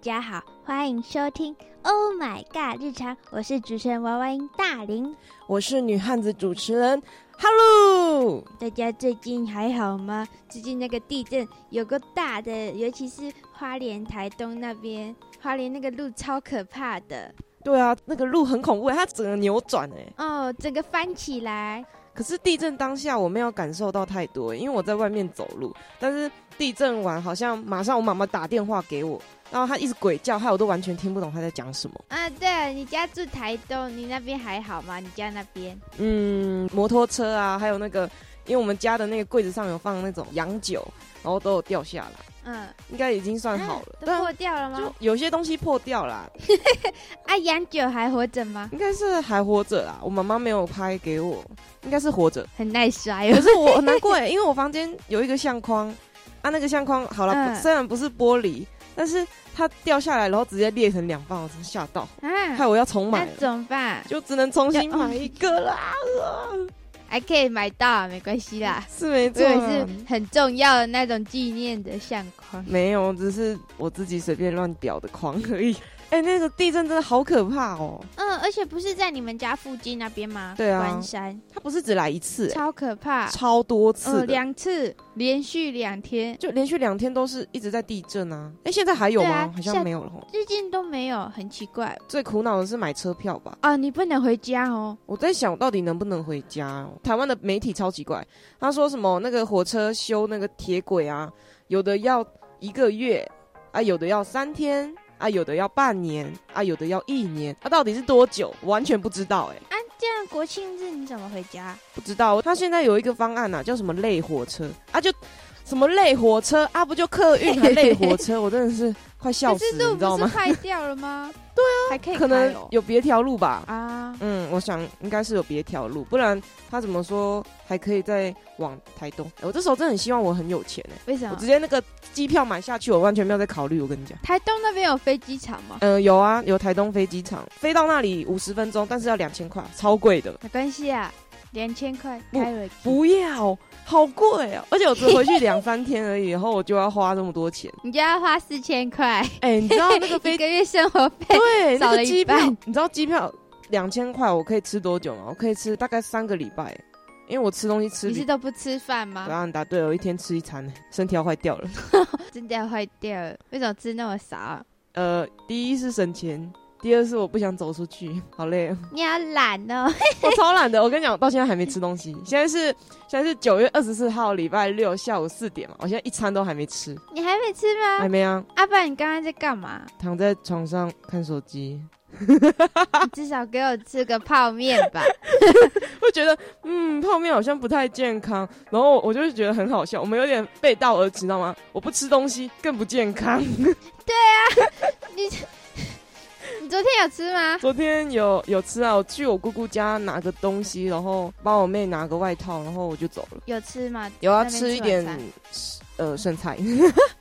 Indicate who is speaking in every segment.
Speaker 1: 家好，欢迎收听《Oh My God 日常》，我是主持人娃娃音大林。
Speaker 2: 我是女汉子主持人哈喽。
Speaker 1: 大家最近还好吗？最近那个地震有个大的，尤其是花莲、台东那边，花莲那个路超可怕的
Speaker 2: 对啊，那个路很恐怖，它整个扭转哎、
Speaker 1: 哦，整个翻起来。
Speaker 2: 可是地震当下我没有感受到太多、因为我在外面走路。但是地震完，好像马上我妈妈打电话给我，然后她一直鬼叫，害我都完全听不懂她在讲什么。
Speaker 1: 啊，对了，你家住台东，你那边还好吗？你家那边？
Speaker 2: 嗯，摩托车啊，还有那个，因为我们家的那个柜子上有放那种洋酒，然后都有掉下来，
Speaker 1: 嗯，啊
Speaker 2: 应该已经算好了。
Speaker 1: 都
Speaker 2: 但
Speaker 1: 破掉了吗
Speaker 2: 就？有些东西破掉啦，
Speaker 1: 啊，杨九还活着吗？
Speaker 2: 应该是还活着啦。我妈妈没有拍给我，应该是活着。
Speaker 1: 很耐摔
Speaker 2: 欸可
Speaker 1: 哦。
Speaker 2: 是我很难 过哎，因为我房间有一个相框，啊，那个相框好了，
Speaker 1: 嗯
Speaker 2: 虽然不是玻璃，但是它掉下来，然后直接裂成两半，我真吓到，害
Speaker 1: 啊，
Speaker 2: 我要重买
Speaker 1: 那
Speaker 2: 了，
Speaker 1: 怎么办？
Speaker 2: 就只能重新买一个啦。
Speaker 1: 还可以买到、啊，没关系啦。
Speaker 2: 是没
Speaker 1: 我
Speaker 2: 错
Speaker 1: 以为
Speaker 2: 啦，
Speaker 1: 是很重要的那种纪念的相框。
Speaker 2: 没有，只是我自己随便乱裱的框而已。 哎、那个地震真的好可怕哦！
Speaker 1: 嗯，而且不是在你们家附近那边吗？
Speaker 2: 对啊
Speaker 1: 关山
Speaker 2: 它不是只来一次、哎
Speaker 1: 超可怕，
Speaker 2: 超多
Speaker 1: 嗯，
Speaker 2: 次的，
Speaker 1: 两次连续两天，
Speaker 2: 就连续两天都是一直在地震啊。哎、现在还有吗？
Speaker 1: 对啊
Speaker 2: 好像
Speaker 1: 现
Speaker 2: 没有了哦。
Speaker 1: 最近都没有，很奇怪
Speaker 2: 最苦恼的是买车票吧。
Speaker 1: 啊！你不能回家哦，
Speaker 2: 我在想，我到底能不能回家、哦？台湾的媒体超奇怪，他说什么那个火车修那个铁轨啊，有的要一个月啊，有的要三天啊，有的要半年啊，有的要一年，啊，到底是多久？完全不知道哎、
Speaker 1: 啊这样国庆日你怎么回家？
Speaker 2: 不知道。他现在有一个方案呐、啊，叫什么类火车啊，就什么类火车啊，不就客运 还类火车？我真的是快笑
Speaker 1: 可
Speaker 2: 死
Speaker 1: 是
Speaker 2: 了，
Speaker 1: 路
Speaker 2: 你知道
Speaker 1: 不是
Speaker 2: 吗？
Speaker 1: 坏掉了 吗？对啊，还可以
Speaker 2: 可能
Speaker 1: 开哦
Speaker 2: 有别条路吧。
Speaker 1: 啊，
Speaker 2: 嗯，我想应该是有别条路，不然他怎么说还可以再往台东？哎我这时候真的很希望我很有钱哎、
Speaker 1: 为什
Speaker 2: 我
Speaker 1: 么
Speaker 2: 直？接那个机票买下去，我完全没有在考虑。我跟你讲，
Speaker 1: 台东那边有飞机场吗？
Speaker 2: 呃，有啊，有台东飞机场，飞到那里五十分钟，但是要两千块，超贵的，
Speaker 1: 没关系啊，两千块
Speaker 2: 不
Speaker 1: 开回去
Speaker 2: 不要，好贵哦、而且我只回去两三天而已，然后我就要花这么多钱。
Speaker 1: 你就要花四千块，
Speaker 2: 哎、你知道那 个
Speaker 1: 一
Speaker 2: 飞
Speaker 1: 个月生活费。
Speaker 2: 对那
Speaker 1: 少了
Speaker 2: 个
Speaker 1: 一
Speaker 2: 机票
Speaker 1: 半，
Speaker 2: 你知道机票两千块我可以吃多久吗？我可以吃大概三个礼拜，欸因为我吃东西吃
Speaker 1: 你
Speaker 2: 比
Speaker 1: 是都不吃饭吗？
Speaker 2: 然后你答对了，我一天吃一餐，身体要坏掉了。
Speaker 1: 真的要坏掉了，为什么吃那么少啊？
Speaker 2: 呃，第一是省钱，第二是我不想走出去，好累哦，
Speaker 1: 你好懒哦，
Speaker 2: 我超懒的。我跟你讲，我到现在还没吃东西。现在是现在是九月二十四号，礼拜六下午四点嘛，我现在一餐都还没吃，
Speaker 1: 你还没吃
Speaker 2: 还
Speaker 1: 吗？
Speaker 2: 没啊，
Speaker 1: 阿爸，你刚刚在干 嘛？
Speaker 2: 躺在床上看手机，
Speaker 1: 你至少给我吃个泡面吧。
Speaker 2: 会觉得嗯，泡面好像不太健康，然后我就会觉得很好笑，我们有点背道而驰，知道吗？我不吃东西更不健 康。
Speaker 1: 你昨天有吃吗？
Speaker 2: 昨天有有吃啊，我去我姑姑家拿个东西，然后帮我妹拿个外套，然后我就走了。
Speaker 1: 有吃吗？
Speaker 2: 有要
Speaker 1: 那边
Speaker 2: 吃一
Speaker 1: 吃
Speaker 2: 点
Speaker 1: 晚
Speaker 2: 呃剩菜，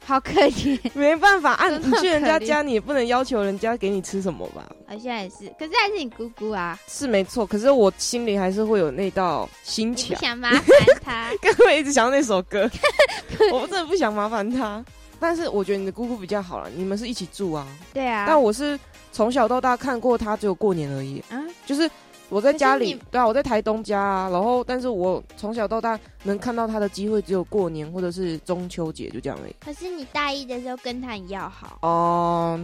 Speaker 1: 好可怜，
Speaker 2: 没办法，啊，
Speaker 1: 真的
Speaker 2: 你去人家
Speaker 1: 可怜
Speaker 2: 家，你也不能要求人家给你吃什么吧？
Speaker 1: 好像也是，可是还是你姑姑啊，
Speaker 2: 是没错，可是我心里还是会有那道心
Speaker 1: 你不
Speaker 2: 墙，
Speaker 1: 想麻烦她。
Speaker 2: 刚刚一直想到那首歌，我真的不想麻烦他。但是我觉得你的姑姑比较好了，你们是一起住啊。
Speaker 1: 对啊，
Speaker 2: 但我是从小到大看过他，只有过年而已。
Speaker 1: 啊，
Speaker 2: 就是我在家
Speaker 1: 可是
Speaker 2: 里
Speaker 1: 你，
Speaker 2: 对啊，我在台东家啊，然后但是我从小到大能看到他的机会只有过年或者是中秋节，就这样而已。
Speaker 1: 可是你大一的时候跟她很要好，
Speaker 2: 哦、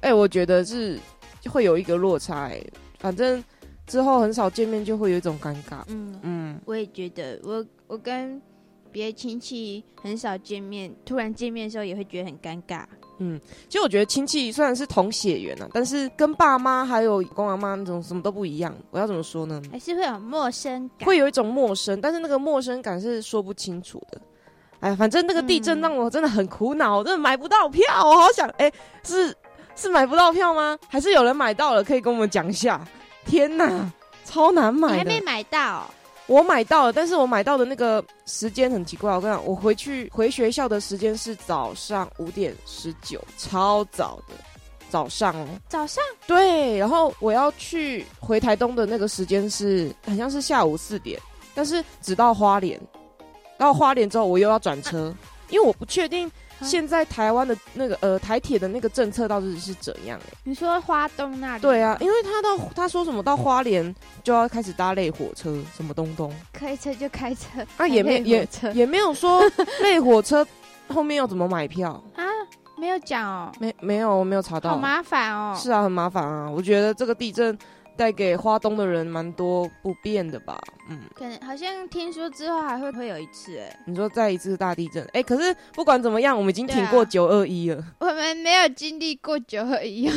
Speaker 2: 哎、我觉得是会有一个落差、哎，反正之后很少见面，就会有一种尴尬。
Speaker 1: 嗯，
Speaker 2: 嗯，
Speaker 1: 我也觉得，我我跟别的亲戚很少见面，突然见面的时候也会觉得很尴尬。
Speaker 2: 其实我觉得亲戚虽然是同血缘啊，但是跟爸妈还有公阿妈那种什么都不一样。我要怎么说呢？
Speaker 1: 还是会有陌生感。
Speaker 2: 会有一种陌生，但是那个陌生感是说不清楚的。哎，反正那个地震
Speaker 1: 嗯
Speaker 2: 让我真的很苦恼，我真的买不到票，我好想，哎，是是买不到票吗？还是有人买到了？可以跟我们讲一下。天哪，超难
Speaker 1: 你
Speaker 2: 买
Speaker 1: 还
Speaker 2: 的
Speaker 1: 没。买到哦、
Speaker 2: 我买到了，但是我买到的那个时间很奇怪。我跟你讲，我回去回学校的时间是早上五点十九，超早的早上哦。
Speaker 1: 早上
Speaker 2: 对，然后我要去回台东的那个时间是好像是下午四点，但是只到花莲，到花莲之后我又要转车，因为我不确定
Speaker 1: 啊
Speaker 2: 现在台湾的那个呃台铁的那个政策到底是怎样、欸？
Speaker 1: 你说花东那里？
Speaker 2: 对啊，，因为他到他说什么到花莲就要开始搭类火车，什么东东
Speaker 1: 开车就开车，
Speaker 2: 啊，也没
Speaker 1: 还可以
Speaker 2: 也
Speaker 1: 火车
Speaker 2: 也没有说类火车后面要怎么买票，
Speaker 1: 啊，没有讲哦，
Speaker 2: 没没有没有查到，
Speaker 1: 好麻烦哦。
Speaker 2: 是啊，很麻烦啊。我觉得这个地震带给花东的人蛮多不便的吧，嗯。
Speaker 1: 可能好像听说之后还会会有一次，哎，
Speaker 2: 你说再一次大地震，哎、可是不管怎么样，我们已经
Speaker 1: 对
Speaker 2: 挺
Speaker 1: 啊
Speaker 2: 过九二一了。
Speaker 1: 我们没有经历过九二一，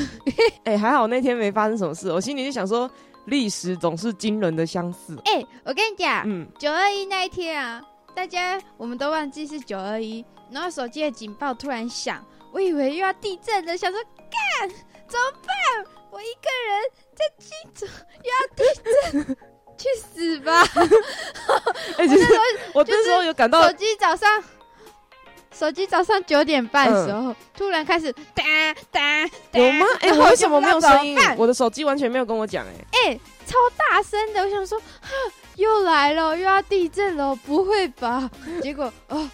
Speaker 2: 哎、还好那天没发生什么事，我心里就想说，历史总是惊人的相似。
Speaker 1: 哎，我跟你讲，
Speaker 2: 嗯，
Speaker 1: 九二一那一天啊，大家我们都忘记是九二一，然后手机的警报突然响，我以为又要地震了，想说干怎么办？我一个人在金竹又要地震，去死 吧！
Speaker 2: 哎、其实 我那时候有感到，
Speaker 1: 手机早上，手机早上九点半的时候，突然开始哒哒哒，
Speaker 2: 嗯有吗？哎、
Speaker 1: 然后
Speaker 2: 我
Speaker 1: 啊
Speaker 2: 为
Speaker 1: 就
Speaker 2: 什么
Speaker 1: 不
Speaker 2: 没
Speaker 1: 知道
Speaker 2: 有
Speaker 1: 怎么
Speaker 2: 声音
Speaker 1: 办？
Speaker 2: 我的手机完全没有跟我讲、哎，
Speaker 1: 哎、超大声的，我想说，哈，又来了，又要地震了，不会吧？ 结果哦，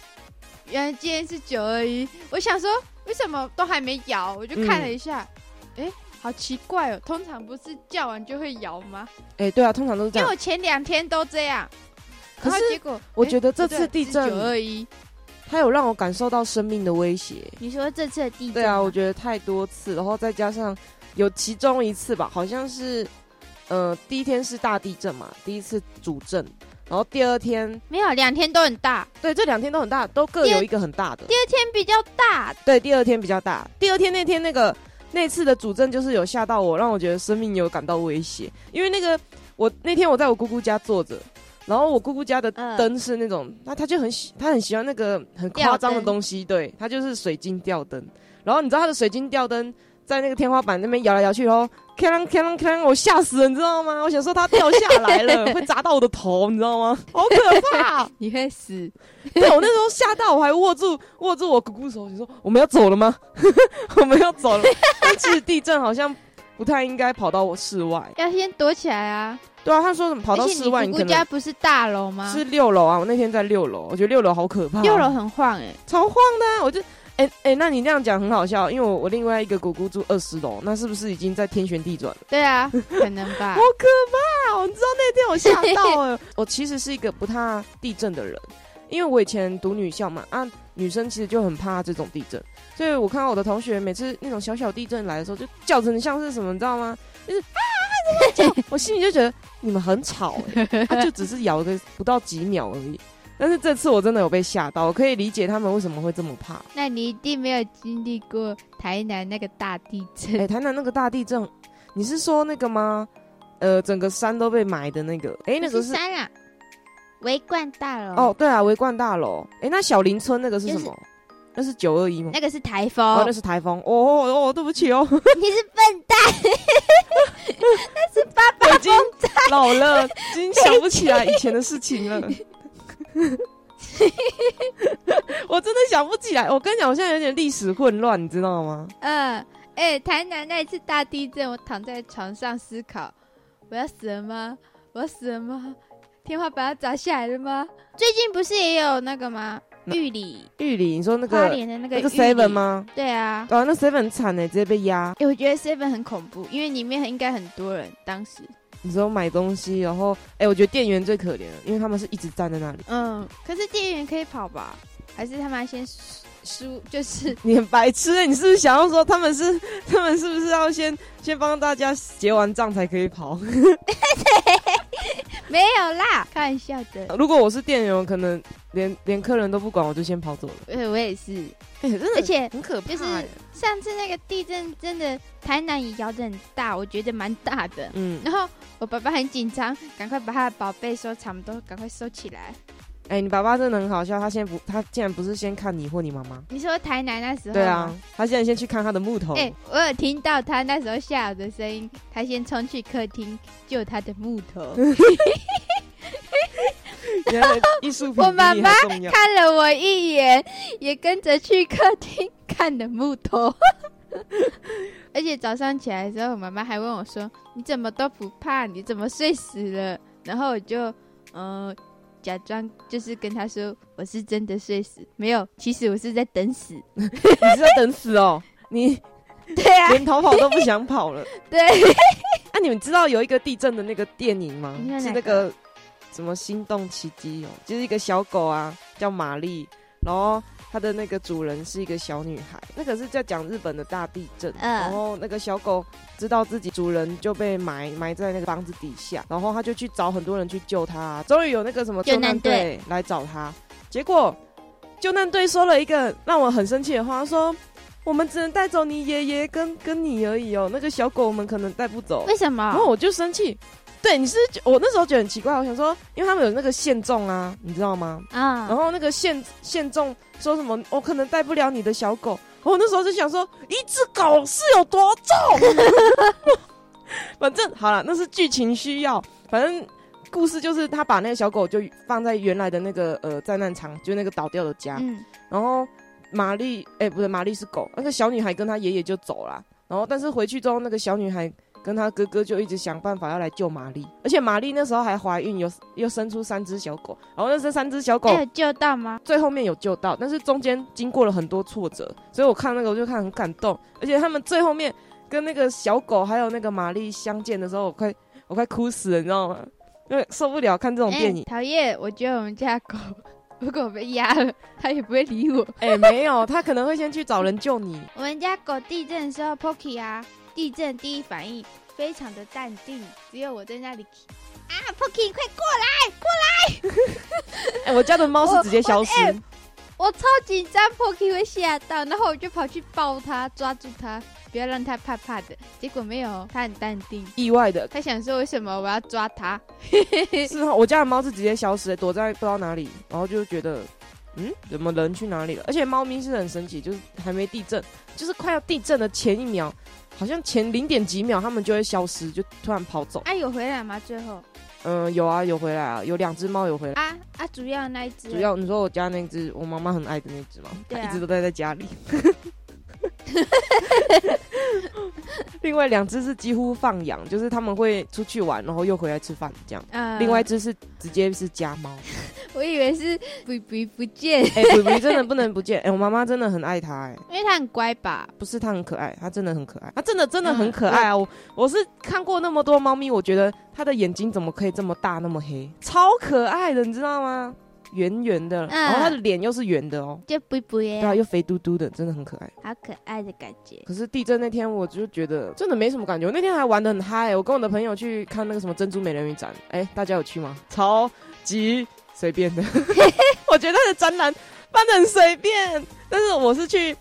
Speaker 1: 原来今天是九二一，我想说为什么都还没摇，我就看了一下，哎、
Speaker 2: 嗯
Speaker 1: 好奇怪哦，通常不是叫完就会摇吗？
Speaker 2: 哎、对啊，通常都是这
Speaker 1: 因为
Speaker 2: 样。
Speaker 1: 我前两天都这样，
Speaker 2: 可是
Speaker 1: 然后结果
Speaker 2: 我觉得这次地
Speaker 1: 九
Speaker 2: 震，
Speaker 1: 二一，
Speaker 2: 它有让我感受到生命的威胁。
Speaker 1: 你说这次的地震，
Speaker 2: 对啊，我觉得太多次，然后再加上有其中一次吧，好像是，呃，第一天是大地震嘛，第一次主震，然后第二天，
Speaker 1: 没有两天都很大，
Speaker 2: 对，这两天都很大，都各
Speaker 1: 第二
Speaker 2: 有一个很大的
Speaker 1: 第。二天比较大，
Speaker 2: 对，第二天比较大。第二天那天那个那次的主震就是有吓到我，让我觉得生命有感到威胁。因为那个我那天我在我姑姑家坐着，然后我姑姑家的
Speaker 1: 嗯
Speaker 2: 灯是那种，那、她就很喜，她很喜欢那个很夸张
Speaker 1: 吊
Speaker 2: 的
Speaker 1: 灯
Speaker 2: 东西，对，她就是水晶吊灯。然后你知道她的水晶吊灯在那个天花板那边摇来摇去，然后咔啷咔啷咔啷，我吓死了，你知道吗？我想说它掉下 来了，会砸到我的头，你知道吗？好可怕、
Speaker 1: 你会死，
Speaker 2: 对，我那时候吓到，我还握住握住我姑姑手，你说我们要走了吗？ 我们要走了。但其实地震好像不太应该跑到我室外。
Speaker 1: 要先躲起来啊！
Speaker 2: 对啊，他说什么跑
Speaker 1: 而
Speaker 2: 到
Speaker 1: 且
Speaker 2: 室外，
Speaker 1: 你
Speaker 2: 你
Speaker 1: 姑
Speaker 2: 可
Speaker 1: 姑家
Speaker 2: 能
Speaker 1: 不是大楼吗？
Speaker 2: 是六楼啊。我那天在六楼，我觉得六楼好可怕，啊
Speaker 1: 六楼很晃哎、
Speaker 2: 超晃的啊、我就。哎、哎、那你那样讲很好笑，因为我我另外一个姑姑住二十楼，那是不是已经在天旋地转了？
Speaker 1: 对啊，可能吧
Speaker 2: 好。可怕、哦！你知道那天我吓到了。我其实是一个不怕地震的人，因为我以前读女校嘛，啊，女生其实就很怕这种地震，所以我看到我的同学每次那种小小地震来的时候，就叫成像是什么，你知道吗？就是啊，怎么叫？ 我心里就觉得你们很吵、欸，他、就只是摇个不到几秒而已。但是这次我真的有被吓到，我可以理解他们为什么会这么怕。
Speaker 1: 那你一定没有经历过台南那个大地
Speaker 2: 哎、
Speaker 1: 震，
Speaker 2: 台南那个大地震，你是说那个吗？呃，整个山都被埋的那个，哎、那
Speaker 1: 不
Speaker 2: 个
Speaker 1: 是
Speaker 2: 是
Speaker 1: 山啊，围观大楼
Speaker 2: 哦，，对啊，围观大楼。哎，那小林村那个是什么？那是九二一吗？
Speaker 1: 那个是台
Speaker 2: 哦，
Speaker 1: 风
Speaker 2: 那，是台风。哦哦哦，对不起 哦，
Speaker 1: 你是笨蛋，
Speaker 2: 我已经 老了， 已经想不起来以前的事情了。我真的想不起来。我跟你讲，我现在有点历史混乱，你知道吗？
Speaker 1: 嗯，哎、台南那一次大地震，我躺在床上思考，我要死了吗？我要死了吗？天花板要砸下来了吗？最近不是也有那个吗？
Speaker 2: 那
Speaker 1: 玉里
Speaker 2: 玉里，你说那
Speaker 1: 花
Speaker 2: 个
Speaker 1: 莲的那个
Speaker 2: 那个
Speaker 1: 玉里
Speaker 2: seven？吗？
Speaker 1: 对啊，
Speaker 2: 对啊，那 seven 很惨哎，直接被压。
Speaker 1: 哎、我觉得 seven 很恐怖，因为里面应该很多人，当时，
Speaker 2: 你说买东西，然后哎，我觉得店员最可怜了，因为他们是一直站在那里。
Speaker 1: 嗯，可是店员可以跑吧？还是他们要先输输？就是
Speaker 2: 你很白痴、欸，你是不是想要说他们是 他们是不是要先先帮大家结完账才可以跑？
Speaker 1: 没有啦，开玩笑的。
Speaker 2: 如果我是店员，我可能连连客人都不管，我就先跑走了。
Speaker 1: 呃，我也是。
Speaker 2: 哎、真的，
Speaker 1: 而且
Speaker 2: 很可怕、
Speaker 1: 就是
Speaker 2: 欸
Speaker 1: 上次那个地震真的，台南也摇得很大，我觉得蛮大的。
Speaker 2: 嗯，
Speaker 1: 然后我爸爸很紧张，赶快把他的宝贝收藏都赶快收起来。
Speaker 2: 哎、你爸爸真的很好笑，他现在不，他竟然不是先看你或你妈妈，
Speaker 1: 你说台南那时候？
Speaker 2: 对啊。，他现在先去看他的木头。
Speaker 1: 哎、我有听到他那时候下午的声音，他先冲去客厅救他的木头。
Speaker 2: 原来艺术 品
Speaker 1: 我
Speaker 2: 比你
Speaker 1: 妈
Speaker 2: 还重要。
Speaker 1: 看了我一眼，也跟着去客厅看了木 头。而且早上起来的时候，我妈妈还问我说：“你怎么都不怕？你怎么睡死了？”然后我就嗯、呃假装就是跟他说我是真的睡死，没有，其实我是在等死。
Speaker 2: 你是在等死哦， 你
Speaker 1: 对啊，
Speaker 2: 连逃跑都不想跑了。
Speaker 1: 对，
Speaker 2: 那、你们知道有一个地震的那个电影吗
Speaker 1: 你？看
Speaker 2: 是
Speaker 1: 哪
Speaker 2: 那个什么《心动奇迹》哦，就是一个小狗啊，叫玛丽，然后它的那个主人是一个小女孩，那个是在讲日本的大地震，
Speaker 1: 嗯
Speaker 2: 然后那个小狗知道自己主人就被埋埋在那个房子底下，然后它就去找很多人去救它，终于有那个什么
Speaker 1: 救
Speaker 2: 救难
Speaker 1: 难队
Speaker 2: 队来找它，结果救难队说了一个让我很生气的话，他说。我们只能带走你爷爷跟跟你而已哦，那个小狗我们可能带不走。
Speaker 1: 为什么
Speaker 2: 然？后我就生气。对，你是不是觉我那时候觉得很奇怪，我想说，因为他们有那个限重啊，你知道吗？
Speaker 1: 啊、
Speaker 2: 然后那个限限重说什么，我可能带不了你的小狗。我那时候就想说，一只狗是有多重？ 反正好了，那是剧情需要，反正。故事就是他把那个小狗就放在原来的那个呃灾难场，就那个倒掉的家，
Speaker 1: 嗯，
Speaker 2: 然后玛丽，哎、不对，玛丽是狗，那个小女孩跟她爷爷就走了。然后，但是回去之后，那个小女孩跟她哥哥就一直想办法要来救玛丽，而且玛丽那时候还怀孕，有又生出三只小狗。然后那这三只小狗
Speaker 1: 哎还有救到吗？
Speaker 2: 最后面有救到，但是中间经过了很多挫折，所以我看那个我就看很感动，而且他们最后面跟那个小狗还有那个玛丽相见的时候，我快我快哭死了，你知道吗？因为受不了看这种电影
Speaker 1: 哎。讨厌，我觉得我们家狗 如果被压了，它也不会理我。
Speaker 2: 哎、没有，他可能会先去找人救你。
Speaker 1: 我们家狗地震的时候，Pocky 啊，地震第一反应非常的淡定，只有我在那里啊，Pocky 快过来！
Speaker 2: 哎、我家的猫是直接消失。
Speaker 1: 我我哎我超紧张，Pocky 会吓到，然后我就跑去抱它，抓住它，不要让它怕怕的。结果没有，它很淡定，，
Speaker 2: 意外的
Speaker 1: 它想说为什么我要抓它？
Speaker 2: 是哦，我家的猫是直接消失、躲在不知道哪里，然后就觉得，嗯，怎么人去哪里了？而且猫咪是很神奇，就是还没地震，就是快要地震的前一秒，好像前零点几秒，它们就会消失，就突然跑走。
Speaker 1: 啊，有回来吗？最后
Speaker 2: 嗯，有啊，有回来啊，有两只猫有回来。
Speaker 1: 啊啊，主要那一只
Speaker 2: 主要你说我家那只，我妈妈很爱的那只吗？它
Speaker 1: 对啊
Speaker 2: 一直都待在 家里。另外两只是几乎放养，就是他们会出去玩，然后又回来吃饭这样。
Speaker 1: 呃，
Speaker 2: 另外一只是直接是家猫。
Speaker 1: 我以为是不不不见，
Speaker 2: 哎、欸，比真的不能不见。哎、我妈妈真的很爱它、哎，
Speaker 1: 因为它很乖吧？
Speaker 2: 不是它很可爱，它真的很可爱，它真的真的很可爱啊！我我是看过那么多猫咪，我觉得它的眼睛怎么可以这么大那么黑，超可爱的，你知道吗？圆圆的，
Speaker 1: 嗯
Speaker 2: 然后它的脸又是圆的哦，
Speaker 1: 就不不耶
Speaker 2: 对，啊，又肥嘟嘟的，真的很可爱。
Speaker 1: 好可爱的感觉。
Speaker 2: 可是地震那天，我就觉得真的没什么感觉。我那天还玩的很嗨、我跟我的朋友去看那个什么珍珠美人鱼展，哎、大家有去吗？超级随便的， 我觉得他的展览办的很随便，但是我是去，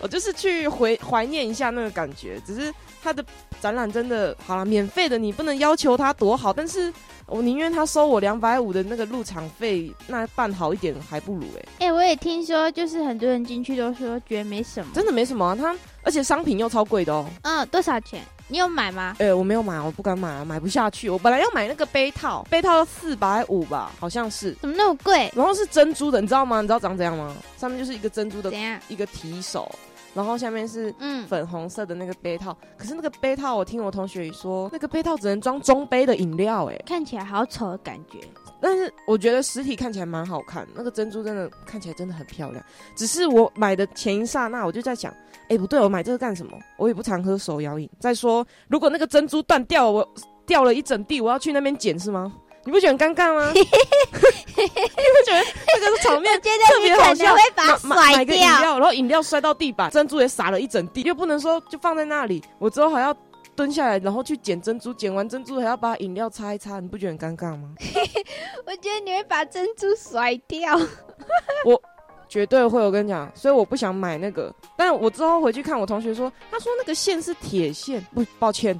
Speaker 2: 我就是去回怀念一下那个感觉。只是他的展览真的好了，免费的你不能要求他多好，但是我宁愿他收我两百五的那个入场费，那办好一点还不如哎、
Speaker 1: 哎、我也听说，就是很多人进去都说觉得没什么。
Speaker 2: 真的没什么啊。他而且商品又超贵的哦、
Speaker 1: 嗯，多少钱？你有买吗？
Speaker 2: 哎、我没有买，我不敢买，买不下去。我本来要买那个杯套，杯套四百五吧，好像是。
Speaker 1: 怎么那么贵？
Speaker 2: 然后是珍珠的，你知道吗？你知道长怎样吗？上面就是一个珍珠的
Speaker 1: 怎样？
Speaker 2: 一个提手，然后下面是
Speaker 1: 嗯，
Speaker 2: 粉红色的那个杯套。可是那个杯套，我听我同学说，那个杯套只能装中杯的饮料、哎，
Speaker 1: 看起来好丑的感觉。
Speaker 2: 但是我觉得实体看起来蛮好看，那个珍珠真的看起来真的很漂亮。只是我买的前一刹那，我就在想，哎、不对，我买这个干什么？我也不常喝手摇饮。再说，如果那个珍珠断掉，我掉了一整地，我要去那边捡是吗？ 你不觉得很尴尬吗？你不觉得这个场面
Speaker 1: 觉
Speaker 2: 特别好笑？
Speaker 1: 会把
Speaker 2: 买买买个饮料，然后饮料摔到地板，珍珠也洒了一整地，又不能说就放在那里，我之后还要蹲下来，然后去捡珍珠，捡完珍珠还要把饮料擦一擦，你不觉得很尴尬吗？
Speaker 1: 我觉得你会把珍珠甩掉。
Speaker 2: 绝对会，我跟你讲，所以我不想买那个。但我之后回去看我同学说，他说那个线是铁线，不，抱歉，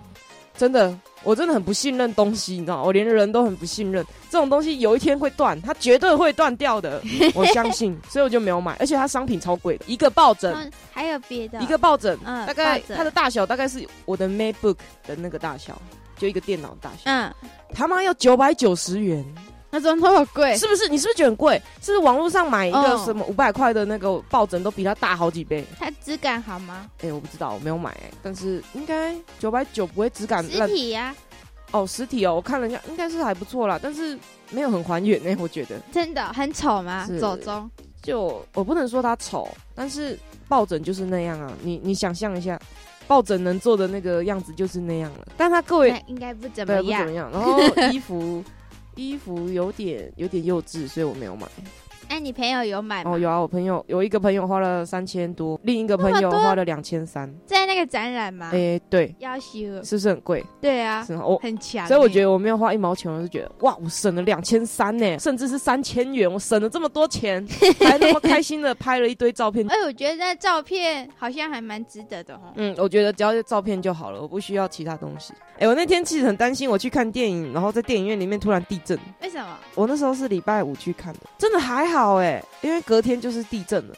Speaker 2: 真的，我真的很不信任东西，你知道吗，我连人都很不信任。这种东西有一天会断，它绝对会断掉的，我相信，所以我就没有买。而且它商品超贵的，一个抱枕，
Speaker 1: 嗯，还有别的？
Speaker 2: 一个抱枕，
Speaker 1: 嗯
Speaker 2: 大概
Speaker 1: 抱枕
Speaker 2: 它的大小大概是我的 MacBook 的那个大小，就一个电脑大小，
Speaker 1: 嗯，
Speaker 2: 他妈要九百九十元。
Speaker 1: 那怎么那么贵？
Speaker 2: 是不是？你是不是觉得很贵？是不是网络上买一个
Speaker 1: 哦
Speaker 2: 什么五百块的那个抱枕都比它大好几倍？
Speaker 1: 它质感好吗？
Speaker 2: 哎、我不知道，我没有买、哎，但是应该九百九不会质感
Speaker 1: 实
Speaker 2: 烂
Speaker 1: 体呀、
Speaker 2: 哦，实体哦，我看了一下，应该是还不错啦，但是没有很还原呢、我觉得
Speaker 1: 真的很丑吗
Speaker 2: 是？
Speaker 1: 走中
Speaker 2: 就我不能说它丑，但是抱枕就是那样啊，你你想象一下，抱枕能做的那个样子就是那样了，但它各位
Speaker 1: 那应该不怎么
Speaker 2: 对不怎
Speaker 1: 样
Speaker 2: 么。样，然后衣服。 衣服有点有点幼稚，所以我没有买。
Speaker 1: 哎，你朋友有买吗？
Speaker 2: 哦，有啊，我朋友有一个朋友花了三千多，另一个朋友
Speaker 1: 那么多
Speaker 2: 花了两千三。
Speaker 1: 在那个展览吗？
Speaker 2: 哎、对，
Speaker 1: 要死了，
Speaker 2: 是不是很贵？
Speaker 1: 对啊，
Speaker 2: 是吗？我
Speaker 1: 很强欸。
Speaker 2: 所以我觉得我没有花一毛钱，我就觉得哇，我省了两千 三呢，甚至是三千元，我省了这么多钱，还那么开心的拍了一堆 照片。
Speaker 1: 哎，我觉得那照片好像还蛮值得的哦。
Speaker 2: 嗯，我觉得只要是照片就好了，我不需要其他东西。哎、我那天其实很担心，我去看电影，然后在电影院里面突然地震。
Speaker 1: 为什么？
Speaker 2: 我那时候是礼拜五去看的，真的还好哎，因为隔天就是地震了。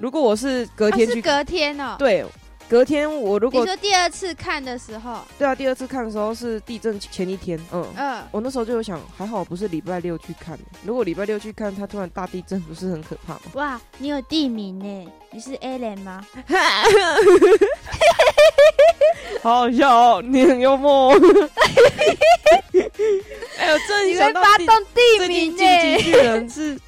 Speaker 2: 如果我是隔
Speaker 1: 哦
Speaker 2: 天去，
Speaker 1: 是隔天哦。
Speaker 2: 对，隔天我如
Speaker 1: 你
Speaker 2: 果
Speaker 1: 说第二次看的时候，
Speaker 2: 对啊，第二次看的时候是地震前一天，嗯。
Speaker 1: 嗯，
Speaker 2: 我那时候就有想，还好不是礼拜六去看。如果礼拜六去看，它突然大地震，不是很可怕 吗？
Speaker 1: 哇，你有地名呢？你是 Allen 吗？
Speaker 2: 好好笑哦，你很幽默、哦。哎呦，这一
Speaker 1: 你
Speaker 2: 想
Speaker 1: 会
Speaker 2: 到
Speaker 1: 发
Speaker 2: 地
Speaker 1: 动地
Speaker 2: 最近
Speaker 1: 名呢？
Speaker 2: 《进击巨人》是，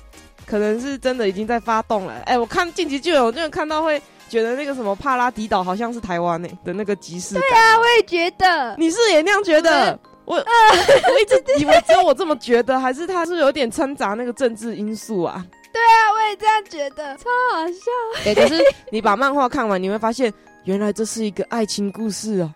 Speaker 2: 可能是真的已经在发动了。哎，我看《进击巨人》，我真的看到会觉得那个什么帕拉迪岛好像是台湾呢、的那个即视感。对啊，
Speaker 1: 我也觉得，
Speaker 2: 你是也那样觉得？啊我 我一直以为只有我这么觉得，还是他是有点掺杂那个政治因素啊？
Speaker 1: 啊，我也这样觉得，超好笑。
Speaker 2: 对，可是你把漫画看完，你会发现原来这是一个爱情故事啊！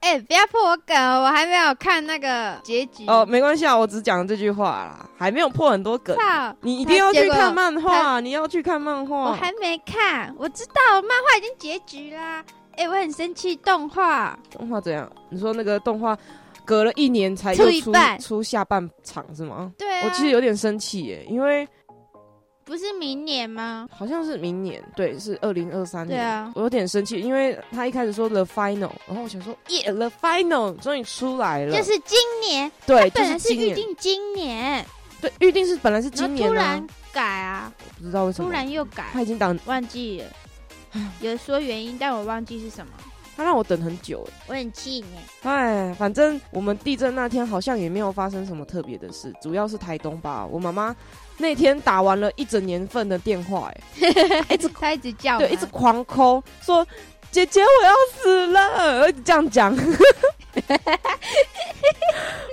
Speaker 1: 哎、不要破我梗哦，我还没有看那个结局。
Speaker 2: 哦，没关系啊，我只讲这句话啦，还没有破很多梗。
Speaker 1: 操，
Speaker 2: 你一定要去
Speaker 1: 他结果
Speaker 2: 看漫画，你要去看漫
Speaker 1: 我
Speaker 2: 画。
Speaker 1: 还没看，我知道漫画已经结局啦。哎、我很生气，动画
Speaker 2: 动画怎样？你说那个动画隔了一年才
Speaker 1: 出
Speaker 2: 又
Speaker 1: 一
Speaker 2: 出
Speaker 1: 半
Speaker 2: 出下半场是吗？
Speaker 1: 对啊，
Speaker 2: 我其实有点生气耶，因为
Speaker 1: 不是明年吗？
Speaker 2: 好像是明年，对，是二零二三
Speaker 1: 对
Speaker 2: 年。
Speaker 1: 啊，
Speaker 2: 我有点生气，因为他一开始说 the final，然后我想说耶、the final 终于出来了，
Speaker 1: 就是今年，
Speaker 2: 对，就
Speaker 1: 本
Speaker 2: 是
Speaker 1: 来是
Speaker 2: 今
Speaker 1: 预
Speaker 2: 年，
Speaker 1: 定今年，
Speaker 2: 对，预定是本来是今
Speaker 1: 然后
Speaker 2: 年、
Speaker 1: 突
Speaker 2: 啊，
Speaker 1: 然改啊，
Speaker 2: 不知道为什么，
Speaker 1: 突然又改，啊
Speaker 2: 他已经等
Speaker 1: 忘记 了，有说原因，但我忘记是什么。
Speaker 2: 他让我等很久耶
Speaker 1: 我很气你，
Speaker 2: 哎，反正我们地震那天好像也没有发生什么特别的事，主要是台东吧。我妈妈那天打完了一整年份的电话，
Speaker 1: 一直他一直叫啊
Speaker 2: 哎，
Speaker 1: 吗，
Speaker 2: 对，一直狂抠说姐姐我要死了，这样 讲。然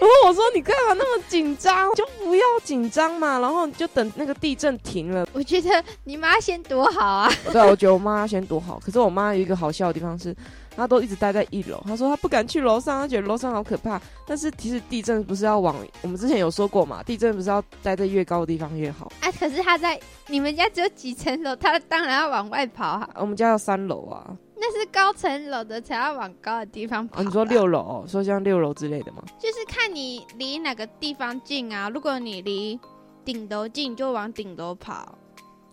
Speaker 2: 后我说你干嘛那么紧张？就不要紧张嘛，然后你就等那个地震停 了。
Speaker 1: 我觉得你妈先躲好 啊，
Speaker 2: 对啊，我觉得我妈先躲好。可是我妈有一个好笑的地方是，她都一直待在一楼。她说她不敢去楼上，她觉得楼上好可怕。但是其实地震不是要往我们之前有说过 嘛，地震不是要待在越高的地方越好。
Speaker 1: 啊，可是他在你们家只有几层楼，他当然要往外跑啊。
Speaker 2: 啊我们家要三楼啊，
Speaker 1: 那是高层楼的才要往高的地方跑、
Speaker 2: 啊你说，六楼、哦，说像六楼之类的吗？
Speaker 1: 就是看你离哪个地方近啊。如果你离顶楼近，你就往顶楼跑。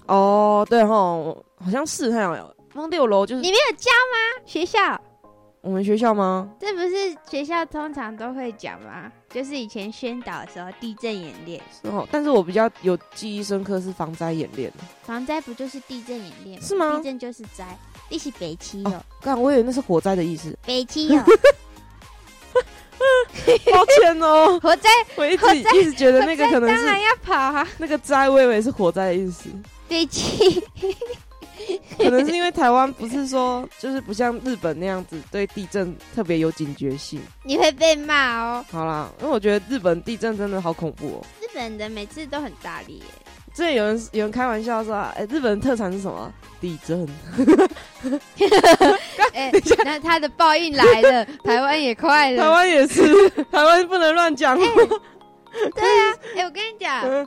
Speaker 2: 哦，对吼，好像是那样。那六楼就是
Speaker 1: 你没有教吗？学校
Speaker 2: 我们学校吗？
Speaker 1: 这不是学校通常都会讲吗？就是以前宣导的时候，地震演练，
Speaker 2: 是哦，但是我比较有记忆深刻是防灾演练。
Speaker 1: 防灾不就是地震演练吗？
Speaker 2: 是吗
Speaker 1: 地震就是灾，一起北七哦，
Speaker 2: 干，我以为那是火灾的意思。
Speaker 1: 北七 哦，
Speaker 2: 抱 歉哦，
Speaker 1: 火灾
Speaker 2: 我一直
Speaker 1: 火灾
Speaker 2: 一直觉得那个
Speaker 1: 火
Speaker 2: 可
Speaker 1: 灾
Speaker 2: 能
Speaker 1: 当
Speaker 2: 是
Speaker 1: 然要跑啊，
Speaker 2: 那个灾，我以为是火灾的意思，
Speaker 1: 北七。
Speaker 2: 可能是因为台湾不是说就是不像日本那样子对地震特别有警觉性。
Speaker 1: 你会被骂哦。
Speaker 2: 好啦，因为我觉得日本地震真的好恐怖哦。
Speaker 1: 日本人每次都很大力 耶，
Speaker 2: 之前有人有人开玩笑说，哎、日本的特产是什么？地震。
Speaker 1: 哎、那他的报应来 了，台湾也快
Speaker 2: 台
Speaker 1: 了。
Speaker 2: 湾也是， 台湾不能乱讲。
Speaker 1: 对啊，哎、我跟你讲，
Speaker 2: 嗯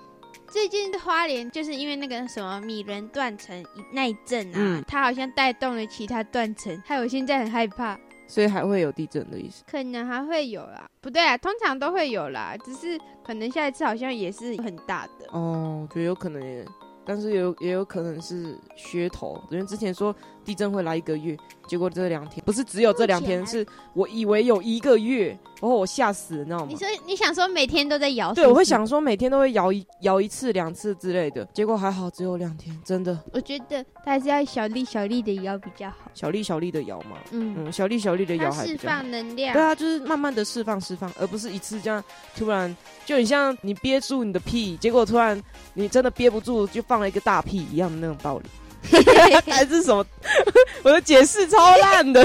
Speaker 1: 最近的花莲就是因为那个什么米伦断层一那一阵啊
Speaker 2: 嗯，
Speaker 1: 它、好像带动了其他断层，害我现在很害怕，
Speaker 2: 所以还会有地震的意思。
Speaker 1: 可能还会有啦。不对啊，通常都会有啦，只是可能下一次好像也是很大的。
Speaker 2: 哦，我觉得有可能耶，但是也有也有可能是噱头，因为之前说地震会来一个月，结果这两天不是只有这两天，
Speaker 3: 目
Speaker 2: 是我以为有一个月，哦，我吓死了，你知道吗
Speaker 1: 你？说你想说每天都在摇？
Speaker 2: 对，
Speaker 1: 是不
Speaker 2: 我会
Speaker 1: 是，
Speaker 2: 想说每天都会摇一摇一次、两次之类的，结果还好只有两天，真的
Speaker 1: 我觉得还是要小力小力的摇比较好。
Speaker 2: 小力小力的摇嘛，
Speaker 1: 嗯，
Speaker 2: 嗯，小力小力的
Speaker 1: 它
Speaker 2: 摇还比
Speaker 1: 释
Speaker 2: 较好。
Speaker 1: 放能量。
Speaker 2: 对啊，就是慢慢的释放释放，而不是一次这样突然，就很像你憋住你的屁，结果突然你真的憋不住，就放了一个大屁一样的那种 道理。还是什么？ 我的解释超烂的，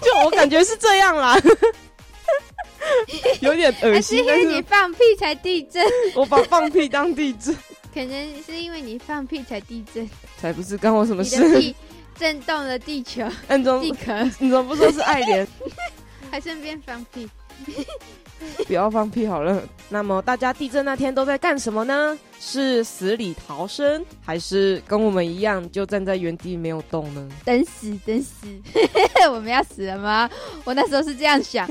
Speaker 2: 就我感觉是这样啦， 有点恶
Speaker 1: 还是
Speaker 2: 心啊
Speaker 1: 因。
Speaker 2: 但
Speaker 1: 为你
Speaker 2: 是
Speaker 1: 放屁才地震，
Speaker 2: 我把放屁当地震，
Speaker 1: 可能是因为你放屁才地震，
Speaker 2: 才不是干我什么
Speaker 1: 你的
Speaker 2: 事。哎
Speaker 1: 屁震动了地球、
Speaker 2: 你怎么
Speaker 1: 地壳，
Speaker 2: 你怎么不说是爱莲？
Speaker 1: 还顺便放屁。
Speaker 2: 不要放屁好了。那么大家地震那天都在干什么呢？是死里逃生，还是跟我们一样就站在原地没有动呢？
Speaker 1: 等死，等死， 我们要死了吗？我那时候是这样想。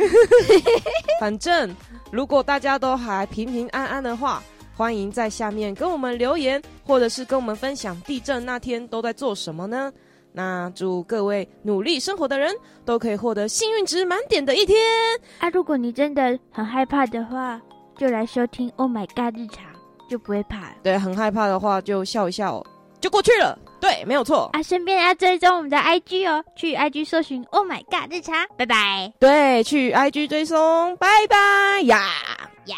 Speaker 2: 反正如果大家都还平平安安的话，欢迎在下面跟我们留言，或者是跟我们分享地震那天都在做什么呢？那祝各位努力生活的人都可以获得幸运值满点的一天。
Speaker 3: 啊，如果你真的很害怕的话，就来收听《Oh My God 日常》，就不会怕了。
Speaker 2: 对，很害怕的话就笑一笑，就过去了。对，没有错。
Speaker 3: 啊，顺便要追踪我们的 IG 哦，去 IG 搜寻 “Oh My God 日常”，拜拜
Speaker 2: 对，去 IG 追踪，拜拜呀。
Speaker 3: 呀。